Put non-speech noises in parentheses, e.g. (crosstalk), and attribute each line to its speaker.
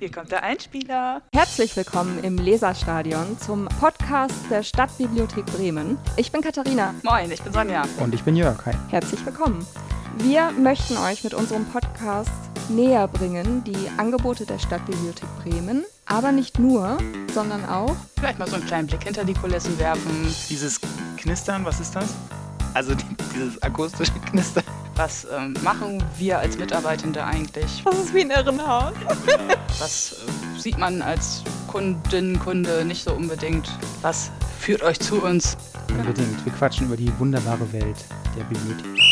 Speaker 1: Hier kommt der Einspieler.
Speaker 2: Herzlich willkommen im Leserstadion zum Podcast der Stadtbibliothek Bremen. Ich bin Katharina.
Speaker 1: Moin, ich bin Sonja.
Speaker 3: Und ich bin Jörg. Hi.
Speaker 2: Herzlich willkommen. Wir möchten euch mit unserem Podcast näher bringen die Angebote der Stadtbibliothek Bremen, aber nicht nur, sondern auch
Speaker 1: Vielleicht mal so einen kleinen Blick hinter die Kulissen werfen,
Speaker 3: Dieses Knistern, was ist das? Also (laughs) die- dieses akustische Knistern.
Speaker 1: was ähm, machen wir als Mitarbeitende eigentlich,
Speaker 2: Das ist wie ein Irrenhaus.
Speaker 1: was äh, sieht man als Kundin, Kunde nicht so unbedingt, was führt euch zu uns.
Speaker 3: Unbedingt. Wir quatschen über die wunderbare Welt der Bibliothek.